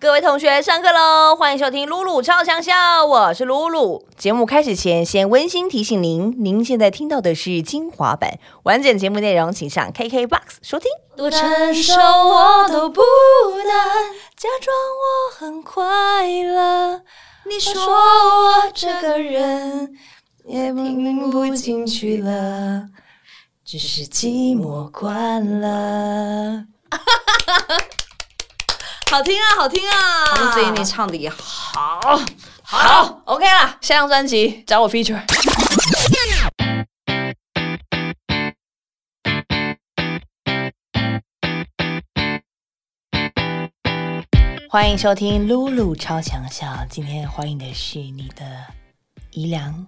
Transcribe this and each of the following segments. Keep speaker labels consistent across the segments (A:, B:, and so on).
A: 各位同学，上课喽！欢迎收听露露超强笑，我是露露。节目开始前，先温馨提醒您，您现在听到的是精华版，完整节目内容请上 KKBOX 收听。
B: 多承受我都不难，假装我很快乐。你说我这个人也听不进去了，只是寂寞惯 了。
A: 好听啊，好听啊！
B: 黄子怡，你唱的也好，好，OK 啦。下张专辑找我 feature。
A: 欢迎收听露露超强笑，今天欢迎的是你的宜良。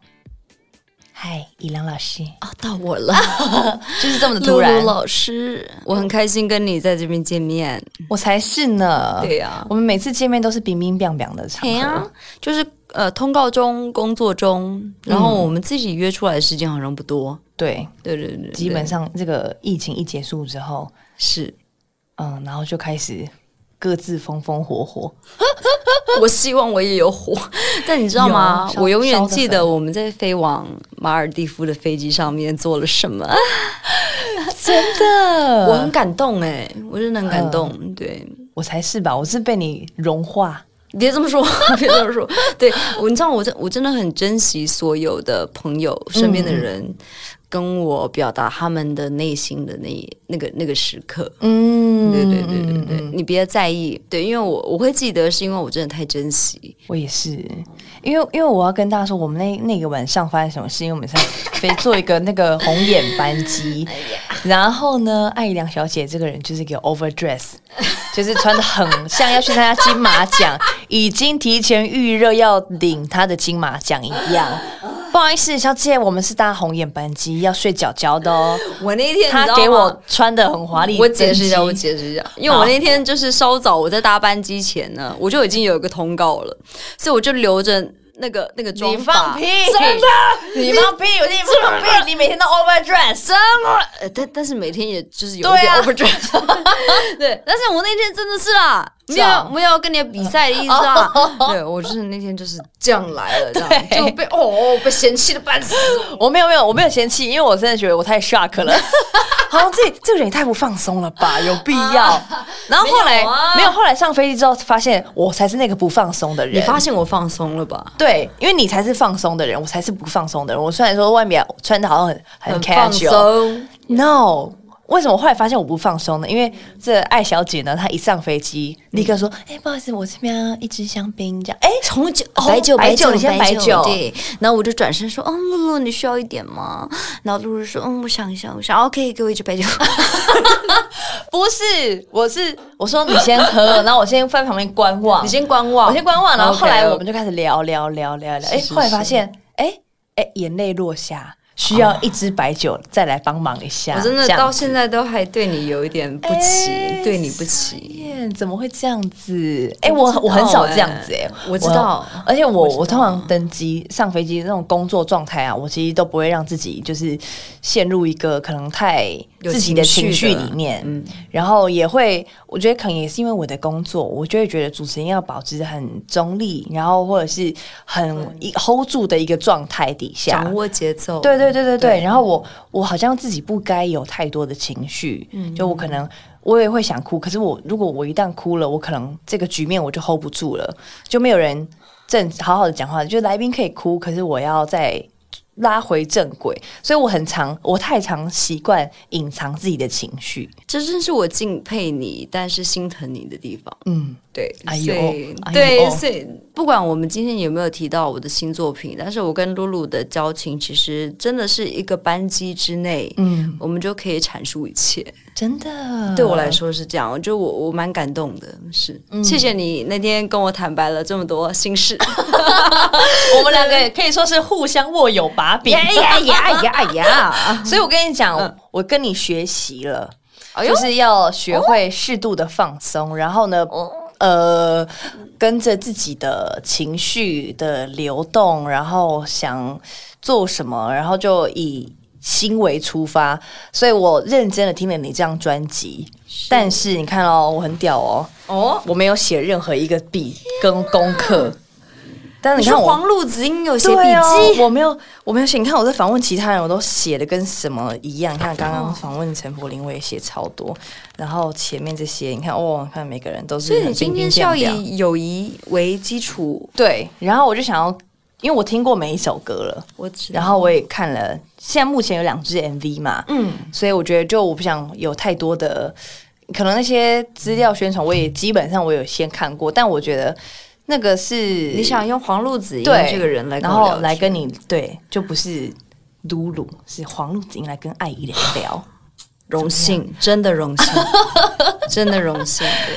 A: 嗨，宜哎良老师，
B: 啊，到我了，
A: 就是这么
B: 突然
C: 老师，
A: 嗯
B: 我很开心跟你在这边见面。
A: 我才是呢。
B: 对呀
A: 我们每次见面都是冰冰冰冰的场合。
B: 嗯就是呃，通告中、工作中，然后我们自己约出来的时间好像不多。
A: 嗯对，
B: 对对对，
A: 基本上这个疫情一结束之后，
B: 是。
A: 嗯，然后就开始各自风 风火火。
B: 我希望我也有 火，但你知道吗
A: 有？烧
B: 我永远
A: 烧得
B: 记得
A: 很
B: 我们在飞往马尔蒂夫的飞机上面做了什么，
A: 真的，
B: 我很感动哎、我真的很感动。对，
A: 我才是吧？我是被你融化。
B: 别这么 说，别这么说。对我，你知道我真我真的很珍惜所有的朋友身边的人跟我表达他们的内心的那那个那个时刻。
A: 嗯，
B: 对对对对对，你别在意，对，因为我我会记得，是因为我真的太珍惜。
A: 我也是，因为因为我要跟大家说，我们那那个晚上发生什么事，因为我们在飞做一个那个红眼班 机，
B: 哎
A: 然后呢，艾怡良小姐这个人就是给我 overdress，就是 穿的很像要去参加金马 奖，已经提前预热要领她的金马奖一 样。不好意思，小姐，我们是搭红眼班机，要睡觉觉的哦。
B: 我那一天
A: 她给我穿的很华丽，
B: 我解释一下，我
A: 解。
B: 解释一下，因为我那天就是稍早我在搭班机前呢，我就已经有一个通告了，所以我就留着那个那个妆
A: 你
B: 发
A: 放屁！
B: 真的。
A: 你放屁！我跟你放 屁！你每天都 overdress，
B: 这么，呃但但是每天也就是有一
A: 对
B: 点
A: 啊
B: overdress，对,、但是我那天真的是啊啦，没有没有要跟你比赛的意思啊， 对我就是那天 就是这样来了，这样
A: 对
B: 就被哦哦被嫌弃的半死，
A: 我没有没有我没有嫌弃，因为我真的觉得我太 shock 了， 好像这这个人也太不放松了 吧，有必要。然后后来
B: 没有啊
A: 没有，后来上飞机之后发现我才是那个不放松的人。
B: 你发现我放松了吧？
A: 对，因为你才是放松的人，我才是不放松的人。我虽然说外面穿的好像很很
B: 很放
A: casual，no，
B: 松，
A: 为什么后来发现我不放松呢？因为这艾小姐呢，她一上飞机立刻说：“哎、不好意思，我这边要一支香槟。”这样，哎、
B: 红酒、
A: 哦
B: 白酒、
A: 白酒
B: 酒、
A: 你先白酒
B: 对，然后我就转身说：“嗯，露露，你需要一点吗？”然后露露说：“嗯，我想一下，我想，OK，给我一支白酒。
A: 不是，我是我说你先喝，然后我先放在旁边观”望
B: 你。先观望，
A: 我先观望，然后后来
B: OK，OK
A: 我们就开始聊聊聊聊聊，哎、
B: 是
A: 后来发现，哎哎、眼泪落下，需要一支白酒再来帮忙一下。
B: 我真的
A: 这样
B: 到现在都还对你有一点不起，
A: 哎
B: 对你不起。
A: 耶怎么会这样子？哎、我
B: 我不知道
A: 我很少
B: 哎
A: 这样子哎、
B: 我知道
A: 而且我
B: 知道
A: 我通常登机上飞机那种工作状态啊，我其实都不会让自己就是陷入一个可能太
B: 有
A: 自己的情
B: 情绪
A: 绪
B: 的嗯
A: 里面，然后也会我觉得可能也是因为我的工作，我就会觉得主持人要保持很中立，然后或者是很一 hold 住的一个状态底下，
B: 掌握节奏，
A: 对对对对对。然后我我好像自己不该有太多的情绪，就我可能我也会想哭，可是我如果我一旦哭了，我可能这个局面我就 hold 不住了，就没有人正好好的讲话，就来宾可以哭，可是我要再拉回正轨，所以我很常我太常习惯隐藏自己的情绪，
B: 这真是我敬佩你，但是心疼你的地方。
A: 嗯，
B: 对，
A: 哎呦
B: 所以
A: 哎呦
B: 对，所以不管我们今天有没有提到我的新作品，但是我跟露露的交情其实真的是一个班机之内，嗯，我们就可以阐述一切。
A: 真的
B: 对我来说是这样，我就我我蛮感动的，是、
A: 嗯
B: 谢谢你那天跟我坦白了这么多心事。
A: 我们两个也可以说是互相握有把 柄。
B: 哎呀呀呀呀！
A: 所以我跟你讲，我跟你学习了，
B: 嗯哎呦
A: 就是要学会适度的放松，然后呢，
B: 哦
A: 呃，跟着自己的情绪的流动，然后想做什么，然后就以。心为出发，所以我认真的听了你这张专辑。但是你看哦，我很屌 哦，
B: 哦，
A: 我没有写任何一个笔跟功 课。但是
B: 你
A: 你
B: 看
A: 看我
B: 黄路子英有写笔
A: 对
B: 记，
A: 哦，我没有，我没有写。你看我在访问其他人，我都写的跟什么一样。你看刚刚访问陈柏霖，我也写超多。然后前面这些，你看哦，你看每个人都是
B: 所以
A: 很
B: 你
A: 冰
B: 今天
A: 冰
B: 是要
A: 凉凉
B: 以友谊为基础，
A: 对。然后我就想要，因为我听过每一首歌了，
B: 我知道
A: 然后我也看了，现在目前有两支 MV 嘛，
B: 嗯，
A: 所以我觉得就我不想有太多的，可能那些资料宣传我也基本上我有先看过，但我觉得那个是
B: 你想用黄路子英
A: 对
B: 这个人来跟
A: 然
B: 我聊天，
A: 后来跟你对，就不是露露，是黄露子英来跟艾怡聊 聊。
B: 哦荣幸，真的荣 幸，真的荣幸。对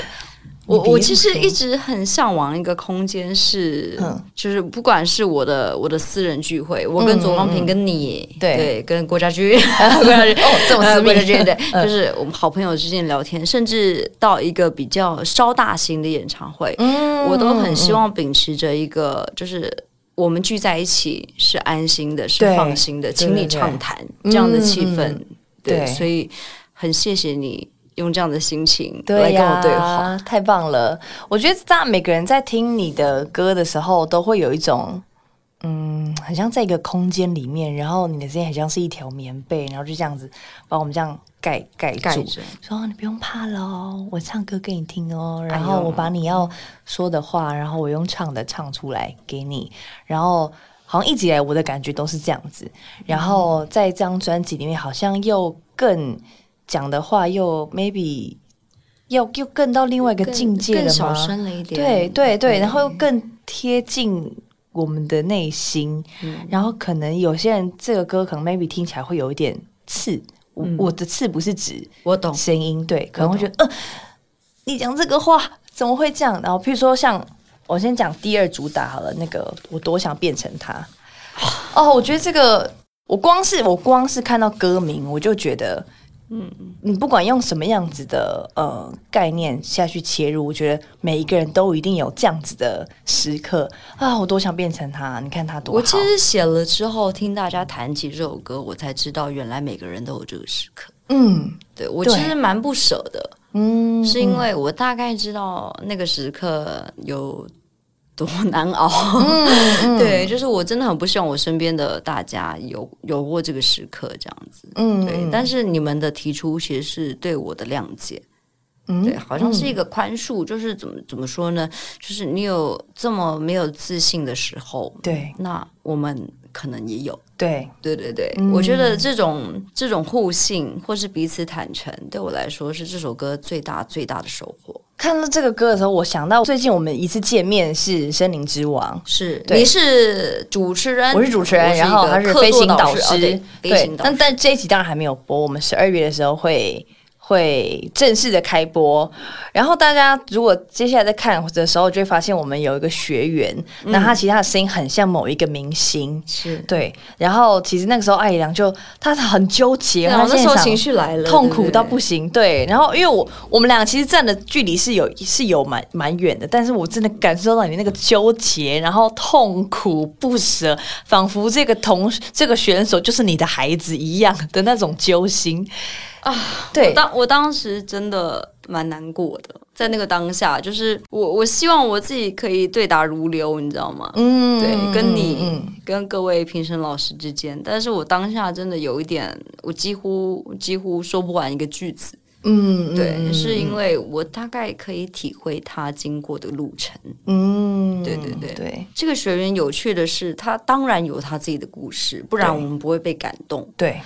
B: 我
A: 你别
B: 我其实
A: 说
B: 一直很向往一个空间是，
A: 嗯
B: 就是不管是我的我的私人聚会，我跟左光平、跟你，
A: 对
B: 跟郭家 驹，郭家驹，嗯哦，
A: 这么私密
B: 郭家驹，对，
A: 嗯
B: 就是我们好朋友之间聊天，甚至到一个比较稍大型的演唱会，
A: 嗯
B: 我都很希望秉持着一个就是。我们聚在一起是安心的，是
A: 对
B: 放心的，请
A: 对
B: 你
A: 对
B: 畅谈这样的气氛，
A: 嗯
B: 对，
A: 对
B: 所以很谢谢你用这样的心情来
A: 对
B: 跟
A: 呀、
B: 我对话。
A: 太棒了！我觉得大家每个人在听你的歌的时候，都会有一种。嗯，很像在一个空间里面，然后你的声音很像是一条棉被，然后就这样子把我们这样盖盖住，
B: 盖着
A: 说你不用怕了哦，我唱歌给你听哦，然
B: 哎
A: 后
B: 呦
A: 我把你要说的话，然后我用唱的唱出来给你，然后好像一直以来我的感觉都是这样子，
B: 嗯
A: 然后在这张专辑里面好像又更讲的话又 maybe 又又更到另外一个
B: 更
A: 境界
B: 更
A: 了
B: 小
A: 吗？
B: 声了一点，
A: 对对对，然后又更贴近。我们的内心，
B: 嗯
A: 然后可能有些人这个歌可能 maybe 听起来会有一点刺，我、
B: 嗯
A: 我的刺不是指
B: 我懂，
A: 声音，对，可能会觉得，呃，你讲这个话怎么会这样？然后，譬如说像我先讲第二主打好了，那个我多想变成他。哦，我觉得这个，我光是我光是看到歌名，我就觉得，嗯，你不管用什么样子的呃概念下去切入，我觉得每一个人都一定有这样子的时刻啊，我多想变成他，你看他多好。
B: 我其实写了之后，听大家谈起这首歌，我才知道原来每个人都有这个时刻。
A: 嗯
B: 对我
A: 对
B: 其实蛮不舍的，
A: 嗯，
B: 是因为我大概知道那个时刻有多难熬。
A: 嗯
B: 对，就是我真的很不希望我身边的大家有有过这个时刻这样子。
A: 嗯
B: 对，但是你们的提出其实是对我的谅解，
A: 嗯
B: 对，好像是一个宽恕，就是怎么怎么说呢？就是你有这么没有自信的时候，
A: 对
B: 那我们可能也有。
A: 对
B: 对对对，
A: 嗯
B: 我觉得这种这种互信或是彼此坦诚，对我来说是这首歌最大最大的收获。
A: 看到这个歌的时候，我想到最近我们一次见面是《森林之王》，
B: 是，
A: 对
B: 你是主持人，
A: 我是主持人，
B: 嗯我一
A: 然后
B: 个
A: 他是
B: 客
A: 飞
B: 座
A: 行
B: 导
A: 导
B: 师，哦对飞
A: 对
B: 行，导
A: 但
B: 师。
A: 但这一集当然还没有播，我们十二月的时候会会正式的开播。然后大家如果接下来在看的时候，就会发现我们有一个学员，
B: 嗯
A: 那他其实他的声音很像某一个明星。
B: 是，
A: 对，然后其实那个时候艾怡良就他很纠结，
B: 对
A: 他
B: 我那
A: 现
B: 时候
A: 场
B: 情绪来了，
A: 痛
B: 对
A: 苦到不。行。对，然后因为我我们俩其实站的距离是有是有蛮蛮远的，但是我真的感受到你那个纠结，然后痛苦不舍，仿佛这个同这个选手就是你的孩子一样的那种揪心啊。
B: 对
A: 对
B: 对对我，当我当时真的蛮难过的，在那个当下，就是我我希望我自己可以对答如流，你知道吗？
A: 嗯
B: 对，跟你、
A: 嗯嗯
B: 跟各位评审老师之间，但是我当下真的有一点，我几乎几乎说不完一个句子。
A: 嗯，嗯
B: 对，是因为我大概可以体会他经过的路程。
A: 嗯，
B: 对对对
A: 对
B: 这个学员有趣的是，他当然有他自己的故事，不然
A: 对
B: 我们不会被感动。
A: 对，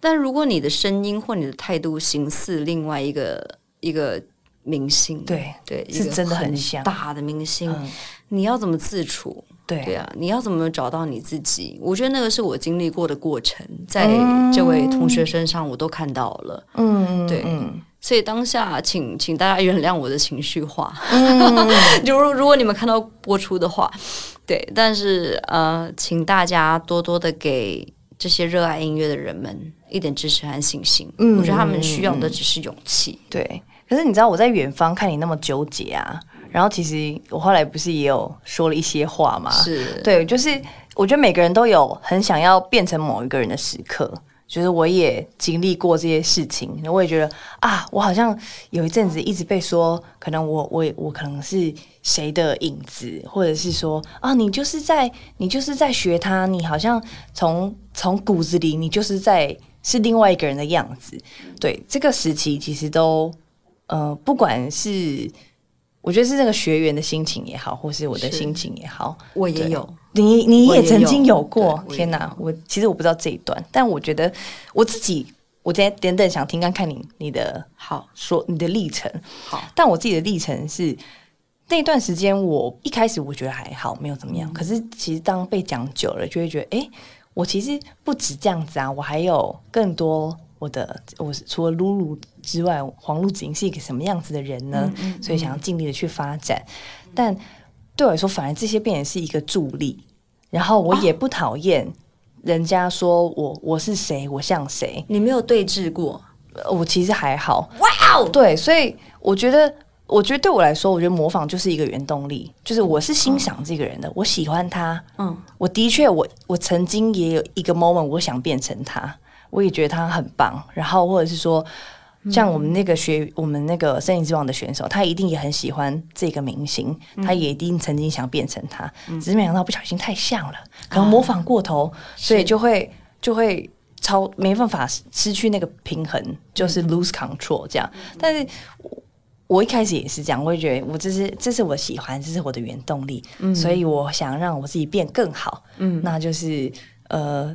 B: 但如果你的声音或你的态度形似另外一个一个明星，
A: 对
B: 对，
A: 是
B: 一个
A: 真的很
B: 很
A: 像
B: 大的明星，
A: 嗯
B: 你要怎么自处？
A: 对
B: 对啊，你要怎么找到你自己？我觉得那个是我经历过的过程，在这位同学身上我都看到了。
A: 嗯，
B: 对
A: 嗯
B: 所以当下请，请大家原谅我的情绪化。
A: 嗯
B: 就如如果你们看到播出的话，对，但是呃，请大家多多的给这些热爱音乐的人们一点支持和信心。
A: 嗯
B: 我觉得他们需要的只是勇气。
A: 对。可是你知道我在远方看你那么纠结啊，然后其实我后来不是也有说了一些话嘛，
B: 是，
A: 对，就是我觉得每个人都有很想要变成某一个人的时刻，就是我也经历过这些事情，然后我也觉得啊，我好像有一阵子一直被说，可能我我我可能是谁的影子，或者是说啊，你就是在你就是在学他，你好像从从骨子里你就是在是另外一个人的样子。对，这个时期其实都呃，不管是我觉得是这个学员的心情也好，或是我的
B: 是
A: 心情也好，
B: 我也
A: 对
B: 有，
A: 你你
B: 我
A: 也
B: 也
A: 曾
B: 有
A: 经有过，
B: 对
A: 天哪！我其实我不知道这一段，但我觉得我自己，我今天等等想听看看你你的
B: 好
A: 说你的历程。
B: 好，
A: 但我自己的历程是，那段时间我一开始我觉得还好，没有怎么样。可是其实当被讲久了，就会觉得，哎、我其实不止这样子啊，我还有更多我的，我是除了露露之外，黄露子莹是一个什么样子的人呢？所以想要尽力的去发展，但对我来说，反而这些变成是一个助力。然后我也不讨厌人家说我我是谁，我像谁，
B: 你没有对峙过，
A: 呃我其实还好。
B: 哇哦，
A: 对，所以我觉得，我觉得对我来说，我觉得模仿就是一个原动力，就是我是欣赏这个人的，我喜欢他。
B: 嗯，
A: 我的确，我我曾经也有一个 moment，我想变成他，我也觉得他很棒。然后或者是说，像我们那个学，我们那个森林之王的选手，他一定也很喜欢这个明星，他也一定曾经想变成他，只是没想到不小心太像了，可能模仿过头，所以就会就会超没办法失去那个平衡，就是 lose control 这样。但是我我一开始也是这样，我也觉得我这是这是我喜欢，这是我的原动力，所以我想让我自己变更好，嗯，那就是呃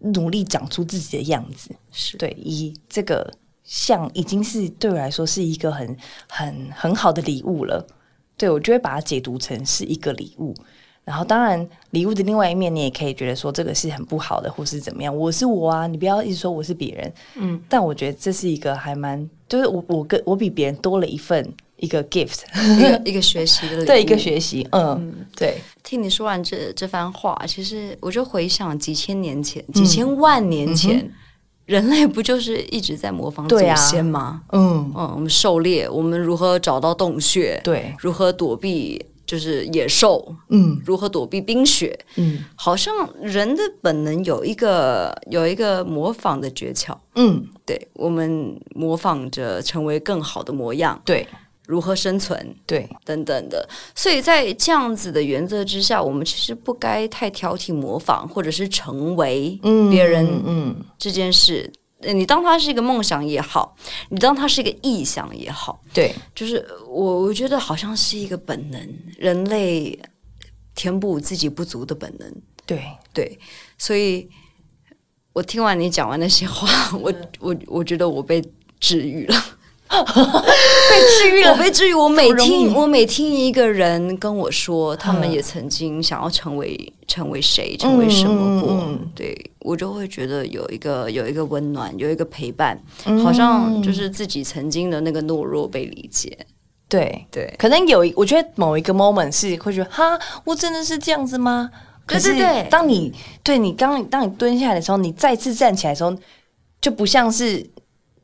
A: 努力长出自己的样子，
B: 是
A: 对，以这个像已经是对我来说是一个很很很好的礼物了。对我就会把它解读成是一个礼物。然后当然，礼物的另外一面，你也可以觉得说这个是很不好的，或是怎么样。我是我啊，你不要一直说我是别人。嗯，但我觉得这是一个还蛮，就是我我跟我比别人多了一份一个 gift，
B: 一个一个学习的礼 物
A: 对一个学习。嗯，对，
B: 听你说完这这番话，其实我就回想几千年前、
A: 嗯
B: 几千万年前，人类不就是一直在模仿祖
A: 对啊
B: 先吗？
A: 嗯，
B: 嗯，我们狩猎，我们如何找到洞穴，
A: 对，
B: 如何躲避就是野兽，
A: 嗯
B: 如何躲避冰雪，
A: 嗯
B: 好像人的本能有一个有一个模仿的诀窍。
A: 嗯，
B: 对我们模仿着成为更好的模样，
A: 对
B: 如何生存，
A: 对，
B: 等等的。所以在这样子的原则之下，我们其实不该太挑剔模仿或者是成为
A: 嗯，
B: 别人
A: 嗯
B: 这件事。呃你当它是一个梦想也好，你当它是一个意向也好，
A: 对，
B: 就是我我觉得好像是一个本能，人类填补自己不足的本能。
A: 对，
B: 对，所以我听完你讲完那些话，我
A: 嗯
B: 我我觉得我被治愈了。
A: 被治愈
B: 我。被至于我每
A: 容易嗯
B: 听我每听一个人跟我说，他们也曾经想要成为成为谁，成为什么过，
A: 嗯嗯嗯
B: 对我就会觉得有一个有一个温暖，有一个陪伴，
A: 嗯
B: 好像就是自己曾经的那个懦弱被理解。
A: 对，
B: 对，
A: 可能有一，我觉得某一个 moment 是会觉得，哈，我真的是这样子吗？可
B: 对
A: 是
B: 对对
A: 当你对你刚当你蹲下来的时候，你再次站起来的时候，就不像是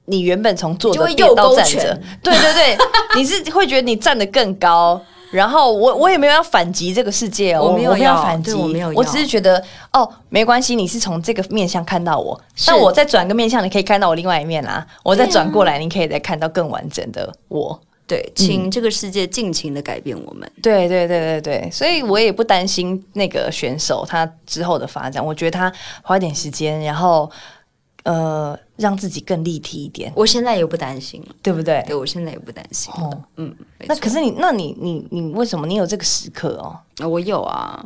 A: 你原本从坐
B: 就
A: 着
B: 会
A: 变
B: 右
A: 到
B: 勾
A: 站着
B: 拳，
A: 对对对，你是会觉得你站得更高。然后我我也没有要反击这个世界哦，
B: 我
A: 我
B: 没有
A: 我没有
B: 要
A: 反击，
B: 对我没有
A: 我
B: 要
A: 只是觉得哦，没关系，你是从这个面向看到我，但
B: 是
A: 我再转个面向，你可以看到我另外一面啦。我再转过来，你可以再看到更完整的我。
B: 对，请这个世界尽情的改变我们。
A: 对对对对对，所以我也不担心那个选手他之后的发展。我觉得他花一点时间，然后呃，让自己更立体一点，
B: 我现在也不担心了，
A: 对不对？
B: 对我现在也不担心了。
A: 哦，
B: 嗯，没
A: 那
B: 错
A: 可是你，那你你你为什么你有这个时刻哦？
B: 我有啊，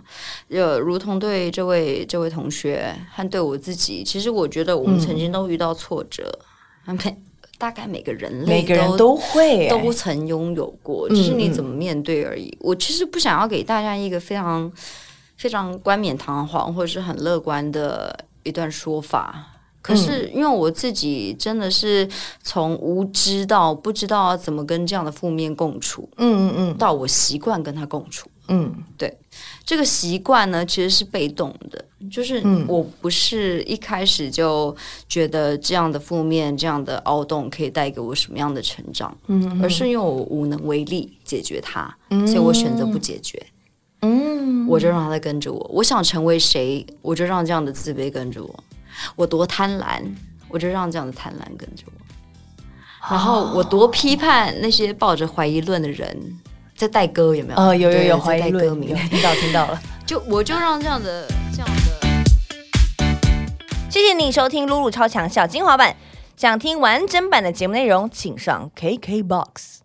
B: 呃，如同对这位这位同学和对我自己，其实我觉得我们
A: 嗯
B: 曾经都遇到挫折，每大概每个人类
A: 每个人
B: 都
A: 都会、
B: 都
A: 欸，
B: 曾拥有过，
A: 嗯
B: 只是你
A: 嗯
B: 怎么面对而已。我其实不想要给大家一个非常非常冠冕堂皇或者是很乐观的一段说法。
A: 嗯
B: 可是，因为我自己真的是从无知到不知道怎么跟这样的负面共处，
A: 嗯嗯嗯
B: 到我习惯跟他共处。
A: 嗯，
B: 这个习惯呢，其实是被动的，就是我不是一开始就觉得这样的负面、这样的凹洞可以带给我什么样的成长，嗯，而是因为我无能为力解决它，所以我选择不解决，嗯，我就让它跟着我，我想成为谁，我就让这样的自卑跟着我。我多贪婪，我就让这样的贪婪跟着我，然后我多批判那些抱着怀疑论的人。在带歌有没有？
D: 呃，有有
B: 对
D: 有
B: 在
D: 怀
B: 带
D: 疑
B: 歌
D: 论，
B: 名
D: 有，听到听到了。
B: 就我就让这样的这样的。
A: 谢谢你收听《露露超强小精华版》，想听完整版的节目内容，请上 KKBOX。